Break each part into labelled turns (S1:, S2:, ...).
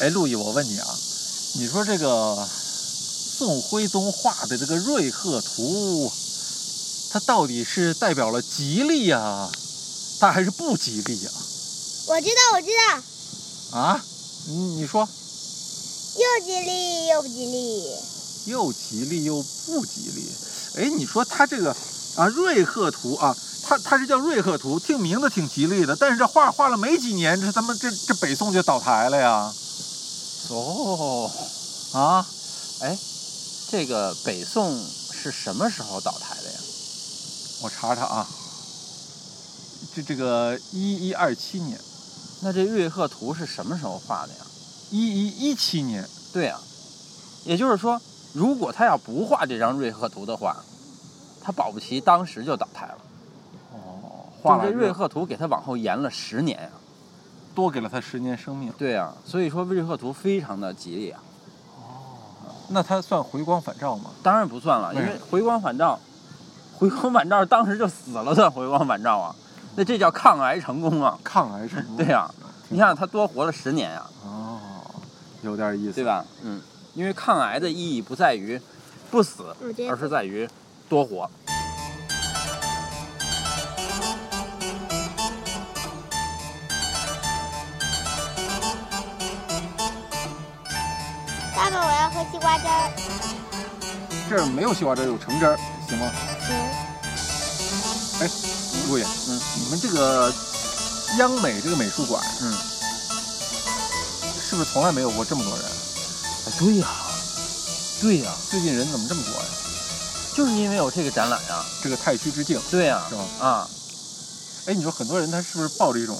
S1: 哎，陆毅，我问你啊，你说这个宋徽宗画的这个瑞鹤图，它到底是代表了吉利呀、它还是不吉利呀、
S2: 我知道，我知道，
S1: 啊？你你说
S2: 又吉利又不吉利。
S1: 又吉利又不吉利？哎，你说它这个啊，瑞鹤图啊，它它是叫瑞鹤图，听名字挺吉利的，但是这画画了没几年，这他妈这这北宋就倒台了呀？
S3: 哦，
S1: 啊？
S3: 这个北宋是什么时候倒台的呀？
S1: 我查查啊，这这个一一二七年，
S3: 那这瑞鹤图是什么时候画的呀？
S1: 一一一七年，
S3: 对呀、也就是说，如果他要不画这张瑞鹤图的话，他保不齐当时就倒台了。
S1: 哦，画
S3: 就
S1: 了
S3: 这瑞鹤图给他往后延了十年呀、
S1: 多给了他十年生命，
S3: 对呀、所以说瑞鹤图非常的吉利啊。
S1: 那他算回光返照吗？
S3: 当然不算了，因
S1: 为
S3: 为
S1: 什
S3: 回光返照，回光返照当时就死了算回光返照啊，那这叫抗癌成功啊！
S1: 抗癌 成功，
S3: 对呀
S1: 挺
S3: 你看他多活了十年啊呀、
S1: 哦，有点意思，
S3: 对？吧？嗯，因为抗癌的意义不在于不死，
S2: 我觉
S3: 而
S2: 得
S3: 是在于多活。
S2: 爸爸，我要喝西瓜汁儿。
S1: 这儿没有西瓜汁，有橙汁儿，行吗？
S2: 嗯，
S1: 陆爷，
S3: 嗯，
S1: 你们这个央美这个美术馆，
S3: 嗯，
S1: 是不是从来没有过这么多人？
S3: 哎，对呀、对呀、
S1: 最近人怎么这么多呀？
S3: 就是因为有这个展览啊，
S1: 这个太虚之境，
S3: 对呀
S1: 是、吧？
S3: 啊，
S1: 哎，你说很多人他是不是抱着一种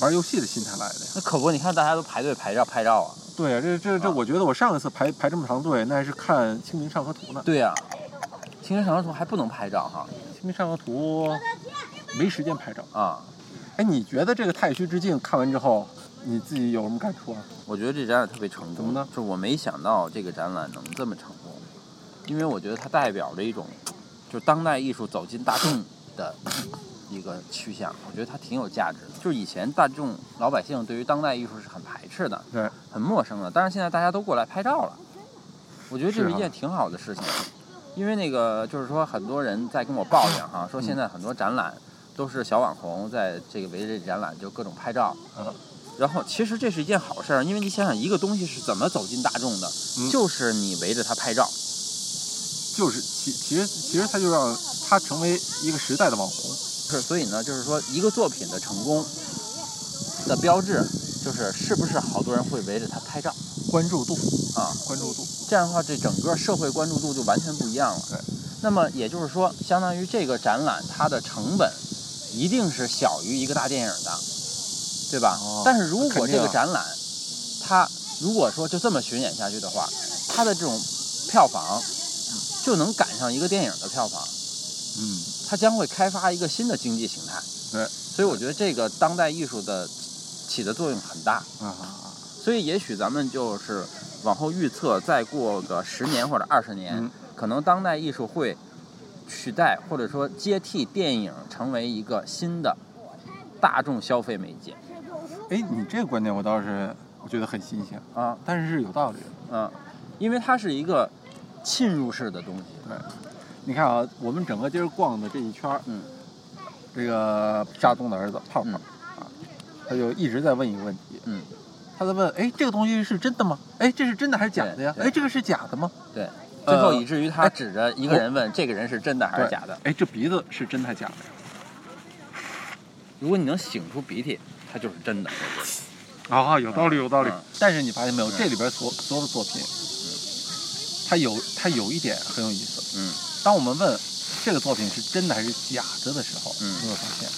S1: 玩游戏的心态来的呀？
S3: 那可不，你看大家都排队拍照拍照啊，
S1: 对啊，这这这，
S3: 啊
S1: 我觉得我上一次排排这么长队，那还是看《清明上河图》呢。
S3: 对呀、清明上河图还不能拍照哈
S1: 《清明上河图》没时间拍照。
S3: 啊！
S1: 哎，你觉得这个太虚之境看完之后，你自己有什么感触啊？
S3: 我觉得这展览特别成功，
S1: 怎么呢？
S3: 就我没想到这个展览能这么成功，因为我觉得它代表着一种，就是当代艺术走进大众的一个趋向。我觉得它挺有价值的。就是以前大众老百姓对于当代艺术是很排斥的，
S1: 对，
S3: 很陌生的，但是现在大家都过来拍照了，我觉得这
S1: 是
S3: 是一
S1: 啊
S3: 件挺好的事情。因为那个就是说，很多人在跟我抱怨哈，
S1: 嗯
S3: 说现在很多展览都是小网红在这个围着展览就各种拍照
S1: 嗯，
S3: 然后其实这是一件好事儿，因为你想想一个东西是怎么走进大众的
S1: 嗯，
S3: 就是你围着它拍照，
S1: 就是其其实其实他就让他成为一个时代的网红。
S3: 是所以呢，就是说一个作品的成功的标志就是是不是好多人会围着它拍照
S1: 关注度
S3: 啊。
S1: 关注度，
S3: 这样的话，这整个社会关注度就完全不一样了。
S1: 对。
S3: 那么也就是说，相当于这个展览它的成本一定是小于一个大电影的，对吧？
S1: 哦
S3: 但是如
S1: 肯
S3: 果
S1: 定
S3: 这
S1: 啊
S3: 个展览，它如果说就这么巡演下去的话，它的这种票房就能赶上一个电影的票房，
S1: 嗯，
S3: 它将会开发一个新的经济形态。
S1: 对。
S3: 所以我觉得这个当代艺术的起的作用很大。
S1: 啊，
S3: 所以也许咱们就是往后预测，再过个十年或者二十年，
S1: 嗯
S3: 可能当代艺术会取代或者说接替电影，成为一个新的大众消费媒介
S1: 哎，你这个观点我倒是我觉得很新鲜，
S3: 啊，
S1: 但是是有道理的。
S3: 嗯，因为它是一个浸入式的东西，
S1: 你看啊，我们整个今儿逛的这一圈儿，
S3: 嗯，
S1: 这个沙东的儿子胖胖、
S3: 嗯
S1: 啊，他就一直在问一个问题，
S3: 嗯，
S1: 他在问，哎，这个东西是真的吗？哎，这是真的还是假的呀？
S3: 对对
S1: 哎，这个是假的吗？
S3: 对，
S1: 呃
S3: 最后以至于他
S1: 哎
S3: 指着一个人问、这个人是真的还是
S1: 对
S3: 假的，
S1: 哎，这鼻子是真还假的呀？
S3: 如果你能擤出鼻涕，它就是真的。
S1: 啊，有道理，有道
S3: 嗯
S1: 但是你发现没有，
S3: 嗯
S1: 这里边所所有的作品，它有它有一点很有意思。
S3: 嗯，
S1: 当我们问这个作品是真的还是假的的时候，
S3: 嗯
S1: 你会发现，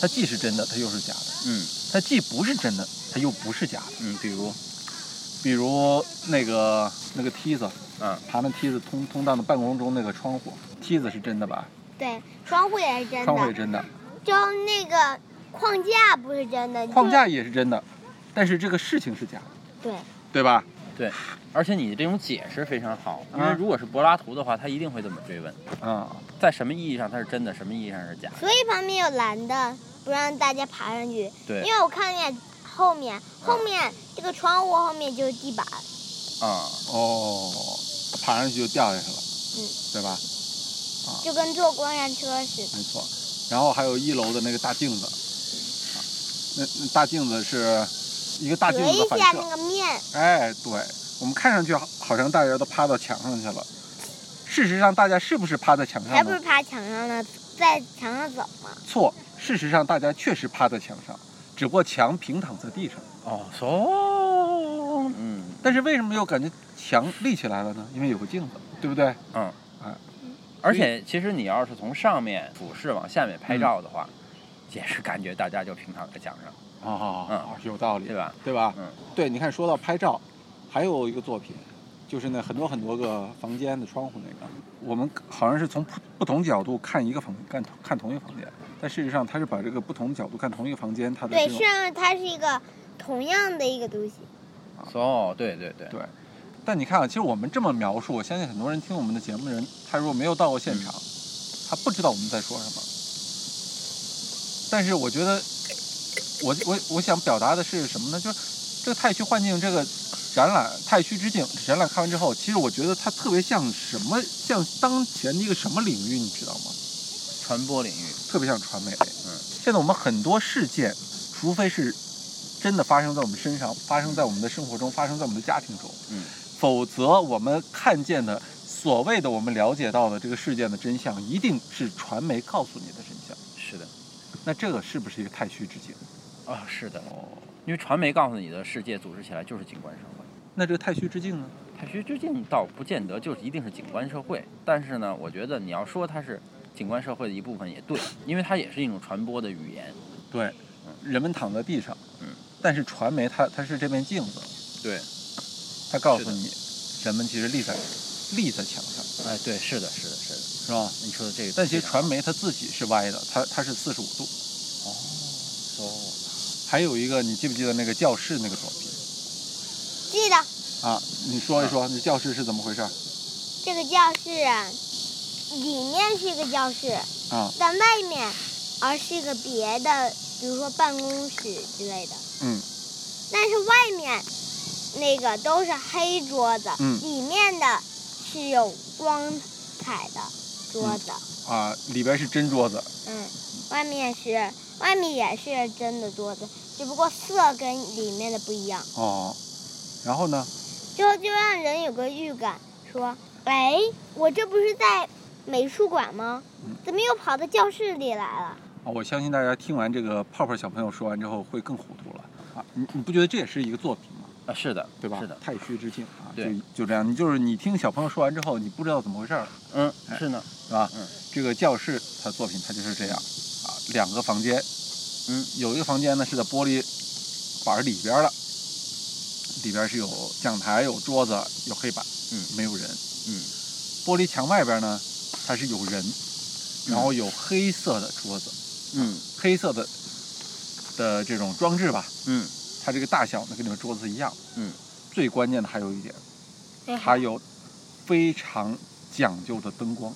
S1: 它既是真的，它又是假的；
S3: 嗯
S1: 它既不是真的，它又不是假的。
S3: 嗯，比如
S1: 比如那个那个梯子，
S3: 嗯，
S1: 爬那梯子通通到那办公中那个窗户，梯子是真的吧？
S2: 对，窗户也是真
S1: 窗户也
S2: 的，
S1: 真的，
S2: 就那个框架不是真的，
S1: 框
S2: 就
S1: 架也是真的，但是这个事情是假的，
S2: 对，
S1: 对吧？
S3: 对，而且你这种解释非常好，因为
S1: 啊
S3: 如果是柏拉图的话，他一定会这么追问。
S1: 啊、
S3: 在什么意义上它是真的，什么意义上是假的。
S2: 所以旁边有蓝的，不让大家爬上去。
S3: 对
S2: 因为我看见后面，后面这个窗户后面就是地板，
S3: 啊，
S1: 哦，爬上去就掉下去了，
S2: 嗯，
S1: 对吧？
S2: 就跟坐过山车似的。
S1: 没错，然后还有一楼的那个大镜子，啊、
S2: 嗯
S1: 那那大镜子是一个大镜
S2: 隔
S1: 子
S2: 一
S1: 的反
S2: 下
S1: 射
S2: 那，个面，
S1: 哎，对，我们看上去好好像大家都趴到墙上去了，事实上大家是不是趴在墙
S2: 还
S1: 上
S2: 不
S1: 呢
S2: 是？爬墙上呢，在墙上走嘛。
S1: 错，事实上大家确实趴在墙上，只不过墙平躺在地上。
S3: 哦，so，嗯
S1: 但是为什么又感觉墙立起来了呢？因为有个镜子，对不对？
S3: 嗯
S1: 哎，
S3: 而且其实你要是从上面俯视往下面拍照的话，也是感觉大家就平躺在墙上，
S1: 哦，有道理，
S3: 嗯对吧？
S1: 对吧？
S3: 嗯，
S1: 对，你看，说到拍照，还有一个作品，就是那很多很多个房间的窗户那个，我们好像是从不不同角度看一个房，看看同一个房间，但事实上它是把这个不同角度看同一个房间，它的
S2: 对，
S1: 这种
S2: 实际上它是一个同样的一个东西。
S3: so，对对对，
S1: 对。但你看啊，其实我们这么描述，我相信很多人听我们的节目的人，他如果没有到过
S3: 嗯
S1: 现场，他不知道我们在说什么。但是我觉得，我我我想表达的是什么呢？就是这个太虚幻境这个展览《太虚之境》展览看完之后，其实我觉得它特别像什么，像当前的一个什么领域，你知道吗？
S3: 传播领域，
S1: 特别像传媒类。
S3: 嗯，
S1: 现在我们很多事件，除非是真的发生在我们身上，发生在我们的生活中，发生在我们的家庭中，
S3: 嗯，
S1: 否则我们看见的所谓的我们了解到的这个事件的真相，一定是传媒告诉你的真相。
S3: 是的，
S1: 那这个是不是一个太虚之境？
S3: 啊、是的，
S1: 哦，
S3: 因为传媒告诉你的世界组织起来就是景观社会。
S1: 那这个太虚之境呢？
S3: 太虚之境倒不见得就是一定是景观社会，但是呢，我觉得你要说它是景观社会的一部分也对，因为它也是一种传播的语言。
S1: 对，人们躺在地上，
S3: 嗯，
S1: 但是传媒它它是这面镜子，
S3: 对，
S1: 它告
S3: 是
S1: 诉
S3: 的
S1: 你，人们其实立在立在墙上，
S3: 哎，对，是的，是的，是的，
S1: 是吧？
S3: 你说的这个，
S1: 但其实传媒它自己是歪的，它它是四十五度。
S3: 哦，哦，
S1: 还有一个，你记不记得那个教室那个作品
S2: 记得
S1: 啊？你说一说，那教室是怎么回事儿
S2: 这个教室啊，里面是一个教室，
S1: 啊？
S2: 但外面而是一个别的，比如说办公室之类的。
S1: 嗯，
S2: 但是外面那个都是黑桌子，
S1: 嗯
S2: 里面的是有光彩的桌子，
S1: 啊，里边是真桌子，
S2: 嗯外面是外面也是真的桌子，只不过色跟里面的不一样，
S1: 哦，然后呢？
S2: 就就让人有个预感，说，哎，我这不是在美术馆吗
S1: 嗯？
S2: 怎么又跑到教室里来了？
S1: 啊，我相信大家听完这个泡泡小朋友说完之后会更糊涂了啊！你你不觉得这也是一个作品吗？
S3: 啊，是的，
S1: 对吧？
S3: 是的，
S1: 太虚之境啊，就
S3: 对
S1: 就这样，你就是你听小朋友说完之后，你不知道怎么回事儿了，
S3: 嗯
S1: 哎，
S3: 是呢，
S1: 是吧？
S3: 嗯
S1: 这个教室它作品它就是这样啊，两个房间，
S3: 嗯，
S1: 有一个房间呢是在玻璃板儿里边儿了，里边儿是有讲台、有桌子、有黑板，
S3: 嗯
S1: 没有人。
S3: 嗯，
S1: 玻璃墙外边儿呢，它是有人，然后有黑色的桌子，
S3: 嗯
S1: 黑色的的这种装置吧，
S3: 嗯
S1: 它这个大小呢跟那个桌子一样。
S3: 嗯，
S1: 最关键的还有一点，
S2: 哎
S1: 它有非常讲究的灯光，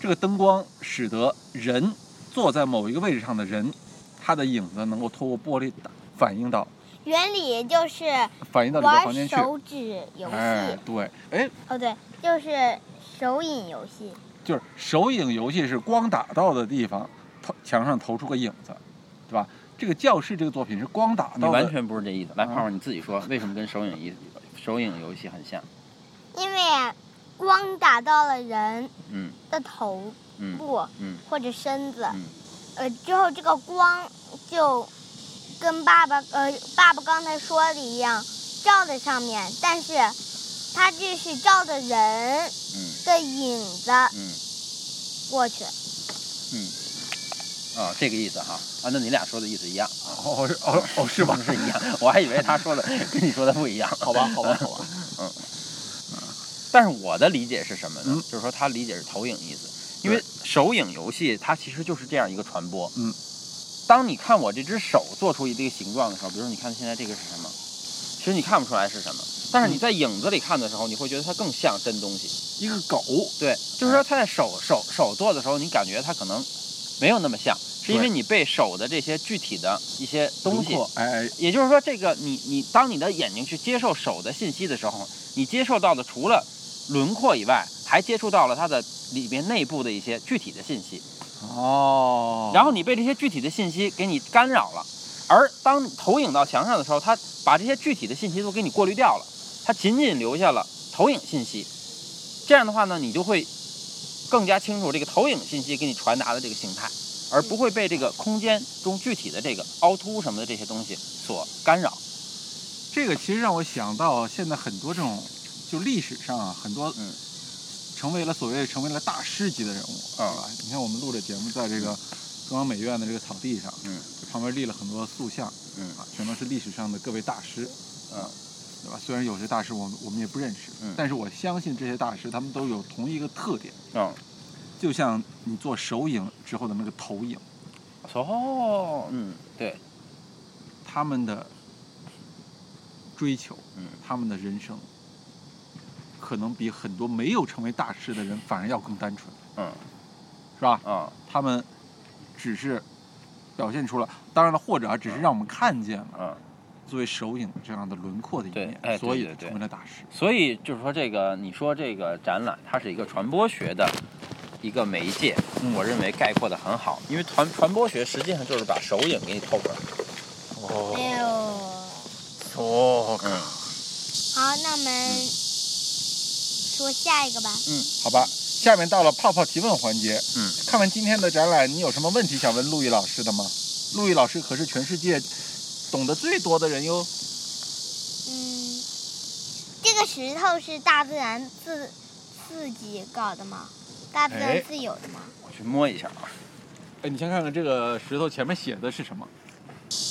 S1: 这个灯光使得人坐在某一个位置上的人，他的影子能够透过玻璃打反映到
S2: 原理就是
S1: 反映到你的房
S2: 玩
S1: 间去。
S2: 手指游戏，
S1: 哎，对，哎，
S2: 哦对，就是手影游戏。
S1: 就是手影游戏是光打到的地方，投墙上投出个影子，对吧？这个教室这个作品是光打
S3: 你
S1: 到
S3: 完
S1: 的，
S3: 全不是这意思。来，
S1: 啊
S3: 泡泡，你自己说，为什么跟手影一手影游戏很像？
S2: 因为光打到了人
S3: 嗯
S2: 的头
S3: 嗯
S2: 部
S3: 嗯
S2: 或者身子，
S3: 嗯
S2: 呃，之后这个光就跟爸爸呃爸爸刚才说的一样，照在上面，但是它这是照着人
S3: 嗯
S2: 的影子
S3: 嗯
S2: 过去，
S3: 啊，这个意思哈啊，那你俩说的意思一样啊。
S1: 哦是哦哦是 吧？
S3: 是一样，我还以为他说的跟你说的不一样。
S1: 好吧，好吧，好吧，
S3: 但是我的理解是什么呢？
S1: 嗯
S3: 就是说他理解是投影意思，
S1: 对
S3: 因为手影游戏它其实就是这样一个传播。
S1: 嗯，
S3: 当你看我这只手做出一个形状的时候，比如你看现在这个是什么，其实你看不出来是什么，但
S1: 嗯
S3: 是你在影子里看的时候，你会觉得它更像真东西。
S1: 一个狗，
S3: 对，就是说他在手手手做的时候，你感觉它可能没有那么像，是因为你被手的这些具体的一些东西
S1: 轮廓哎哎，
S3: 也就是说，这个你你当你的眼睛去接受手的信息的时候，你接受到的除了轮廓以外，还接触到了它的里边内部的一些具体的信息，
S1: 哦，
S3: 然后你被这些具体的信息给你干扰了，而当投影到墙上的时候，它把这些具体的信息都给你过滤掉了，它仅仅留下了投影信息。这样的话呢，你就会更加清楚这个投影信息给你传达的这个形态，而不会被这个空间中具体的这个凹凸什么的这些东西所干扰。
S1: 这个其实让我想到现在很多这种，就历史上啊，很多
S3: 嗯
S1: 成为了所谓成为了大师级的人物，是吧？你看我们录这节目，在这个中央美院的这个草地上，
S3: 嗯
S1: 旁边立了很多塑像
S3: 嗯
S1: 啊，全都是历史上的各位大师，
S3: 嗯
S1: 对吧？虽然有些大师我们我们也不认识，
S3: 嗯
S1: 但是我相信这些大师他们都有同一个特点，
S3: 嗯，
S1: 就像你做手影之后的那个投影，
S3: 哦，嗯，对，
S1: 他们的追求，
S3: 嗯
S1: 他们的人生，可能比很多没有成为大师的人反而要更单纯，
S3: 嗯
S1: 是吧？
S3: 嗯
S1: 他们只是表现出了，当然了，或者啊，只是让我们看见了
S3: 嗯。
S1: 作为手影这样的轮廓的一
S3: 对
S1: 面，
S3: 哎对
S1: 所以
S3: 对对
S1: 成为了大师。
S3: 所以就是说，这个你说这个展览，它是一个传播学的一个媒介，
S1: 嗯
S3: 我认为概括的很好，因为传传播学实际上就是把手影给你透出来。
S2: 没
S1: 哦
S2: 有。
S1: 哦，
S3: 嗯，
S2: 好，那我们说下一个吧。
S1: 好吧，下面到了泡泡提问环节。
S3: 嗯，
S1: 看完今天的展览，你有什么问题想问陆毅老师的吗？陆毅老师可是全世界懂得最多的人哟。
S2: 嗯，这个石头是大自然自自己搞的吗？大自
S1: 哎
S2: 然自有的吗？
S3: 我去摸一下啊。
S1: 哎，你先看看这个石头前面写的是什么。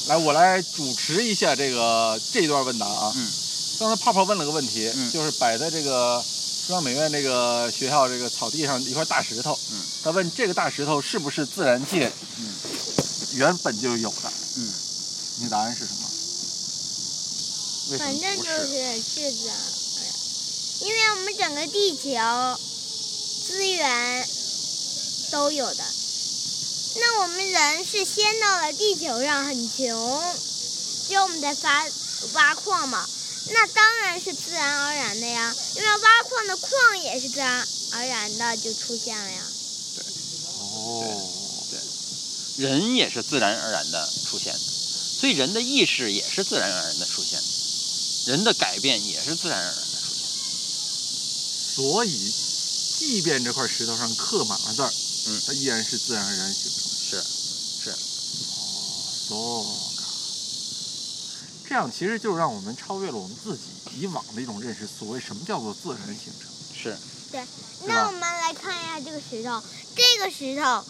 S1: 来，我来主持一下这个这一段问答啊。
S3: 嗯。
S1: 刚才泡泡问了个问题，
S3: 嗯
S1: 就是摆在这个中央美院这个学校这个草地上一块大石头。
S3: 嗯。
S1: 他问这个大石头是不是自然界
S3: 嗯
S1: 原本就有的？
S3: 嗯。
S1: 你的答案是什么？为什
S2: 反
S1: 么
S2: 正
S1: 不？
S2: 就是是自然而然，因为我们整个地球资源都有的。那我们人是先到了地球上，很穷，所以我们在发挖矿嘛。那当然是自然而然的呀，因为挖矿的矿也是自然而然的就出现了呀。
S1: 哦，
S3: 人也是自然而然的出现的，所以人的意识也是自然而然的出现的，人的改变也是自然而然的出现
S1: 所以即便这块石头上刻满了字儿，
S3: 嗯
S1: 它依然是自然而然形成的。
S3: 的。是，
S1: 哦，这样其实就让我们超越了我们自己以往的一种认识，所谓什么叫做自然形成。
S3: 是，
S2: 那我们来看一下这个石头，这个石头，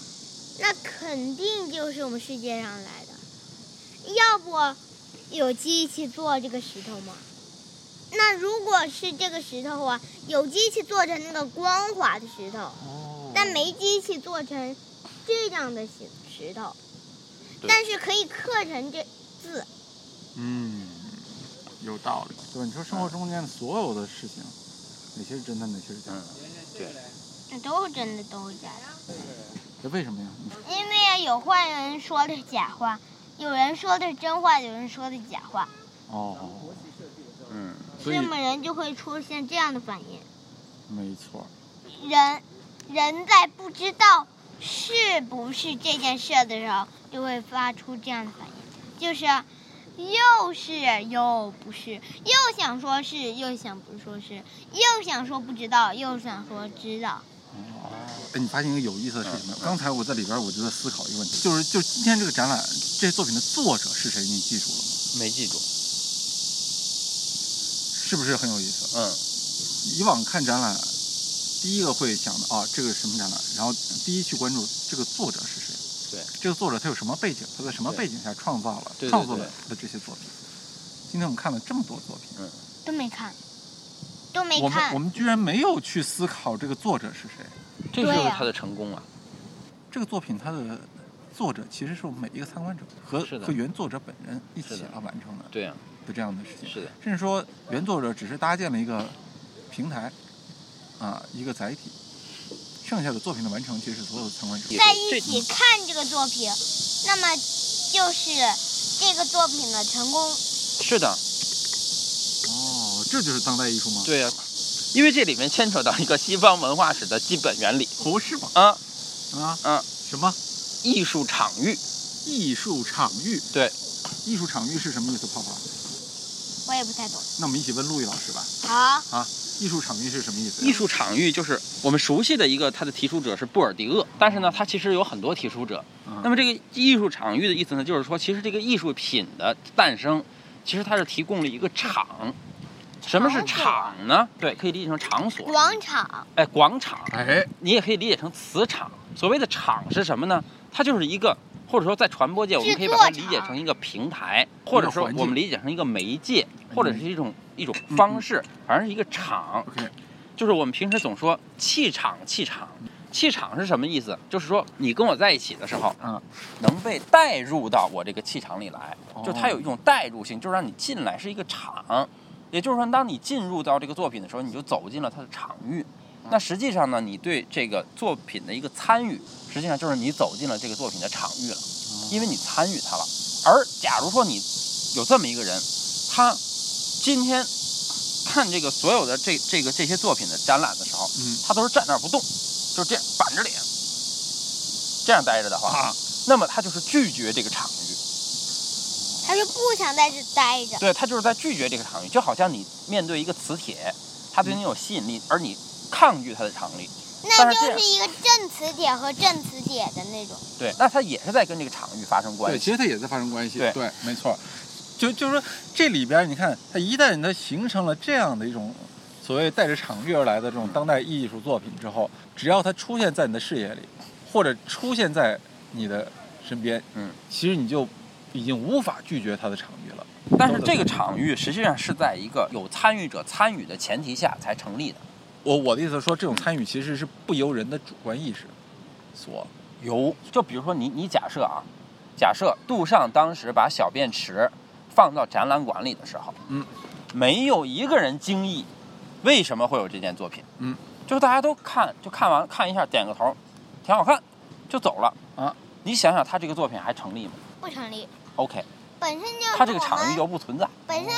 S2: 那肯定就是我们世界上来的，要不有机器做这个石头吗？那如果是这个石头啊，有机器做成那个光滑的石头，
S1: 哦
S2: 但没机器做成这样的石石头，
S3: 对
S2: 但是可以刻成这字，
S1: 嗯，有道理。对吧？你说生活中间所有的事情，哪些是真的，哪些是假的
S3: 嗯？，对，
S2: 都是真的，都是假的。
S1: 这为什么呀？
S2: 因为有坏人说的是假话，有人说的是真话，有人说的是假话，
S1: 哦，
S3: 嗯，
S1: 所以
S2: 那么人就会出现这样的反应：
S1: 没错。
S2: 人，人在不知道是不是这件事的时候，就会发出这样的反应，就是又是又不是，又想说是又想不说是，又想说不知道，又想说知道。
S1: 哎，你发现一个有意思的事情没有？
S3: 嗯嗯
S1: 刚才我在里边我就在思考一个问题，就是就今天这个展览这些作品的作者是谁，你记住了吗？
S3: 没记住，
S1: 是不是很有意思？
S3: 嗯
S1: 以往看展览，第一个会想的啊，这个是什么展览？然后第一去关注这个作者是谁，
S3: 对，
S1: 这个作者他有什么背景，他在什么
S3: 对
S1: 背景下创造了、
S3: 对对
S1: 创作了的这些作品。今天我们看了这么多作品，
S2: 都没看，都没
S1: 我们
S2: 看
S1: 我。们居然没有去思考这个作者是谁。，
S3: 这就是
S2: 对呀
S3: 他的成功啊。
S1: 这个作品它的作者其实是我们每一个参观者和
S3: 是的
S1: 和原作者本人一
S3: 是
S1: 起
S3: 的
S1: 来完成的
S3: 对呀、啊
S1: 的这样的事情。
S3: 是的，
S1: 甚至说原作者只是搭建了一个平台，啊，一个载体，剩下的作品的完成，其实所有的参观者
S3: 也
S2: 在
S3: 这
S2: 一起看这个作品，那么就是这个作品的成功。
S3: 是的，
S1: 哦，这就是当代艺术吗？
S3: 对呀、因为这里面牵扯到一个西方文化史的基本原理
S1: 不是吧？
S3: 啊，
S1: 啊
S3: 啊，
S1: 什么
S3: 艺术场域。
S1: 艺术场域？
S3: 对，
S1: 艺术场域是什么意思，泡泡？
S2: 我也不太懂。
S1: 那我们一起问陆毅老师吧。
S2: 好，
S1: 艺术场域是什么意思？
S3: 艺术场域就是我们熟悉的一个，它的提出者是布尔迪厄，但是呢，它其实有很多提出者。
S1: 嗯，
S3: 那么这个艺术场域的意思呢，就是说，其实这个艺术品的诞生，其实它是提供了一个场。什么是
S2: 场
S3: 场呢？对，可以理解成场所，
S2: 广场
S3: 哎，广场，
S1: 哎，
S3: 你也可以理解成磁场。所谓的场是什么呢？它就是一个，或者说在传播界，我们可以把它
S2: 制
S3: 理
S2: 作场
S3: 解成一个平台，或者说
S1: 环境嗯
S3: 我们理解成一个媒介，或者是一种一种方式，反正是一个场。
S1: OK，
S3: 就是我们平时总说气场，气场，气场是什么意思？就是说你跟我在一起的时候，
S1: 嗯，
S3: 能被带入到我这个气场里来，就它
S1: 哦
S3: 有一种带入性，就让你进来是一个场。也就是说，当你进入到这个作品的时候，你就走进了它的场域。
S1: 嗯
S3: 那实际上呢，你对这个作品的一个参与，实际上就是你走进了这个作品的场域了，
S1: 嗯啊
S3: 因为你参与它了。而假如说你有这么一个人，他今天看这个所有的这这个这些作品的展览的时候，
S1: 嗯
S3: 他都是站那儿不动，就这样板着脸，这样待着的话，
S1: 啊，
S3: 那么他就是拒绝这个场域，
S2: 他就不想在这待着。
S3: 对他就是在拒绝这个场域，就好像你面对一个磁铁，它对你有吸引力，而你抗拒它的场力，
S2: 那
S3: 但是这样
S2: 就是一个正磁铁和正磁铁的那种。
S3: 对，那它也是在跟这个场域发生关
S1: 对，
S3: 系，
S1: 其实它也在发生关系。
S3: 对
S1: 没错。就就是说，这里边你看，它一旦它形成了这样的一种所谓带着场域而来的这种当代艺术作品之后，只要它出现在你的视野里，或者出现在你的身边，
S3: 嗯，
S1: 其实你就已经无法拒绝它的场域了。
S3: 但是这个场域实际上是在一个有参与者参与的前提下才成立的，
S1: 我我的意思是说，这种参与其实是不由人的主观意识所哎
S3: 有，就比如说你你假设啊，假设杜尚当时把小便池放到展览馆里的时候，
S1: 嗯，
S3: 没有一个人惊异，为什么会有这件作品？
S1: 嗯，
S3: 就是大家都看，就看完看一下，点个头，挺好看，就走了
S1: 啊。
S3: 你想想，他这个作品还成立吗
S2: 不成立，
S3: ？OK，
S2: 本身就是
S3: 他这个
S2: 我
S3: 场域
S2: 们
S3: 就不存在。
S2: 本身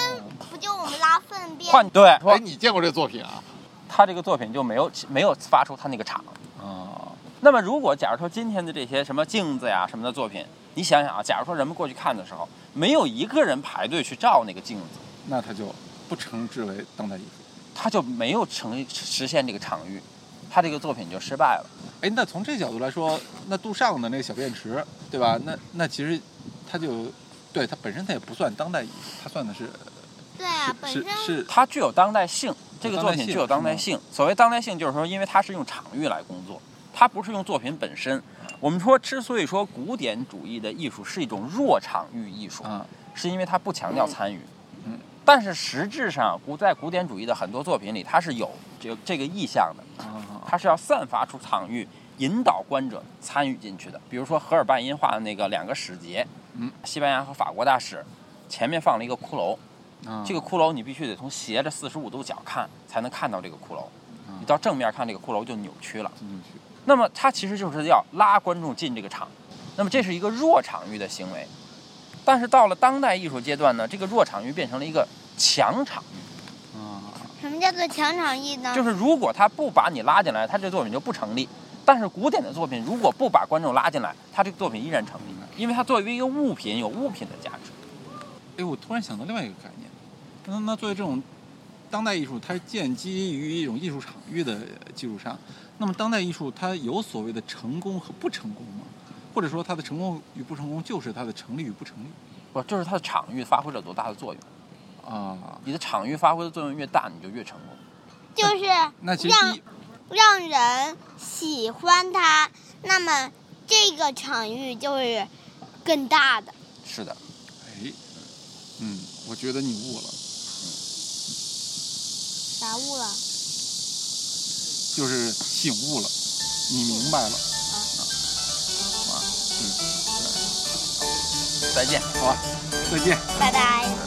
S2: 不就我们拉粪便？
S3: 换对
S4: 哎，
S3: 说，
S4: 你见过这作品啊？
S3: 他这个作品就没有没有发出他那个场。
S1: 啊，
S3: 那么，如果假如说今天的这些什么镜子呀什么的作品，你想想啊，假如说人们过去看的时候，没有一个人排队去照那个镜子，
S1: 那它就不称之为当代艺术。
S3: 他就没有成实现这个场域，他这个作品就失败了。
S1: 哎，那从这角度来说，那杜尚的那个小便池，对吧？那那其实它就对它本身它也不算当代艺术，它算的是
S2: 对啊，本
S1: 是
S2: 身
S1: 是
S3: 它具有当代性，这个
S1: 当
S3: 作
S1: 代
S3: 品具
S1: 性
S3: 有当代
S1: 是
S3: 性。所谓当代性，就是说，因为它是用场域来工作，它不是用作品本身。我们说，之所以说古典主义的艺术是一种弱场域艺术，
S1: 啊，
S3: 是因为它不强调参与。
S1: 嗯，
S3: 但是实质上，古在古典主义的很多作品里，它是有这个这个意向的，
S1: 啊
S3: 它是要散发出场域，引导观者参与进去的。比如说荷尔半因画的那个两个使节，
S1: 嗯，
S3: 西班牙和法国大使前面放了一个骷髅，
S1: 啊
S3: 这个骷髅你必须得从斜着四十五度角看才能看到这个骷髅
S1: 嗯，
S3: 你到正面看这个骷髅就扭曲了。
S1: 进进去
S3: 那么它其实就是要拉观众进这个场，那么这是一个弱场域的行为。但是到了当代艺术阶段呢，这个弱场域变成了一个强场，
S1: 啊，
S2: 什么叫做强场域呢？
S3: 就是如果他不把你拉进来，他这作品就不成立。但是古典的作品如果不把观众拉进来，他这个作品依然成立，因为它作为一个物品有物品的价值。
S1: 哎，我突然想到另外一个概念，那那作为这种当代艺术，它是建基于一种艺术场域的基础上，那么当代艺术它有所谓的成功和不成功吗？或者说它的成功与不成功，就是它的成立与不成立
S3: 不，就是它的场域发挥了多大的作用。
S1: 啊？
S3: 你的场域发挥的作用越大，你就越成功。
S2: 就是
S1: 那其实第
S2: 让
S1: 一
S2: 让人喜欢它，那么这个场域就是更大的。
S3: 是的，
S1: 哎，嗯，我觉得你悟了，
S2: 啥物了？
S1: 就是醒悟了，你明白了。
S3: 再见。
S1: 再见。
S2: 拜拜。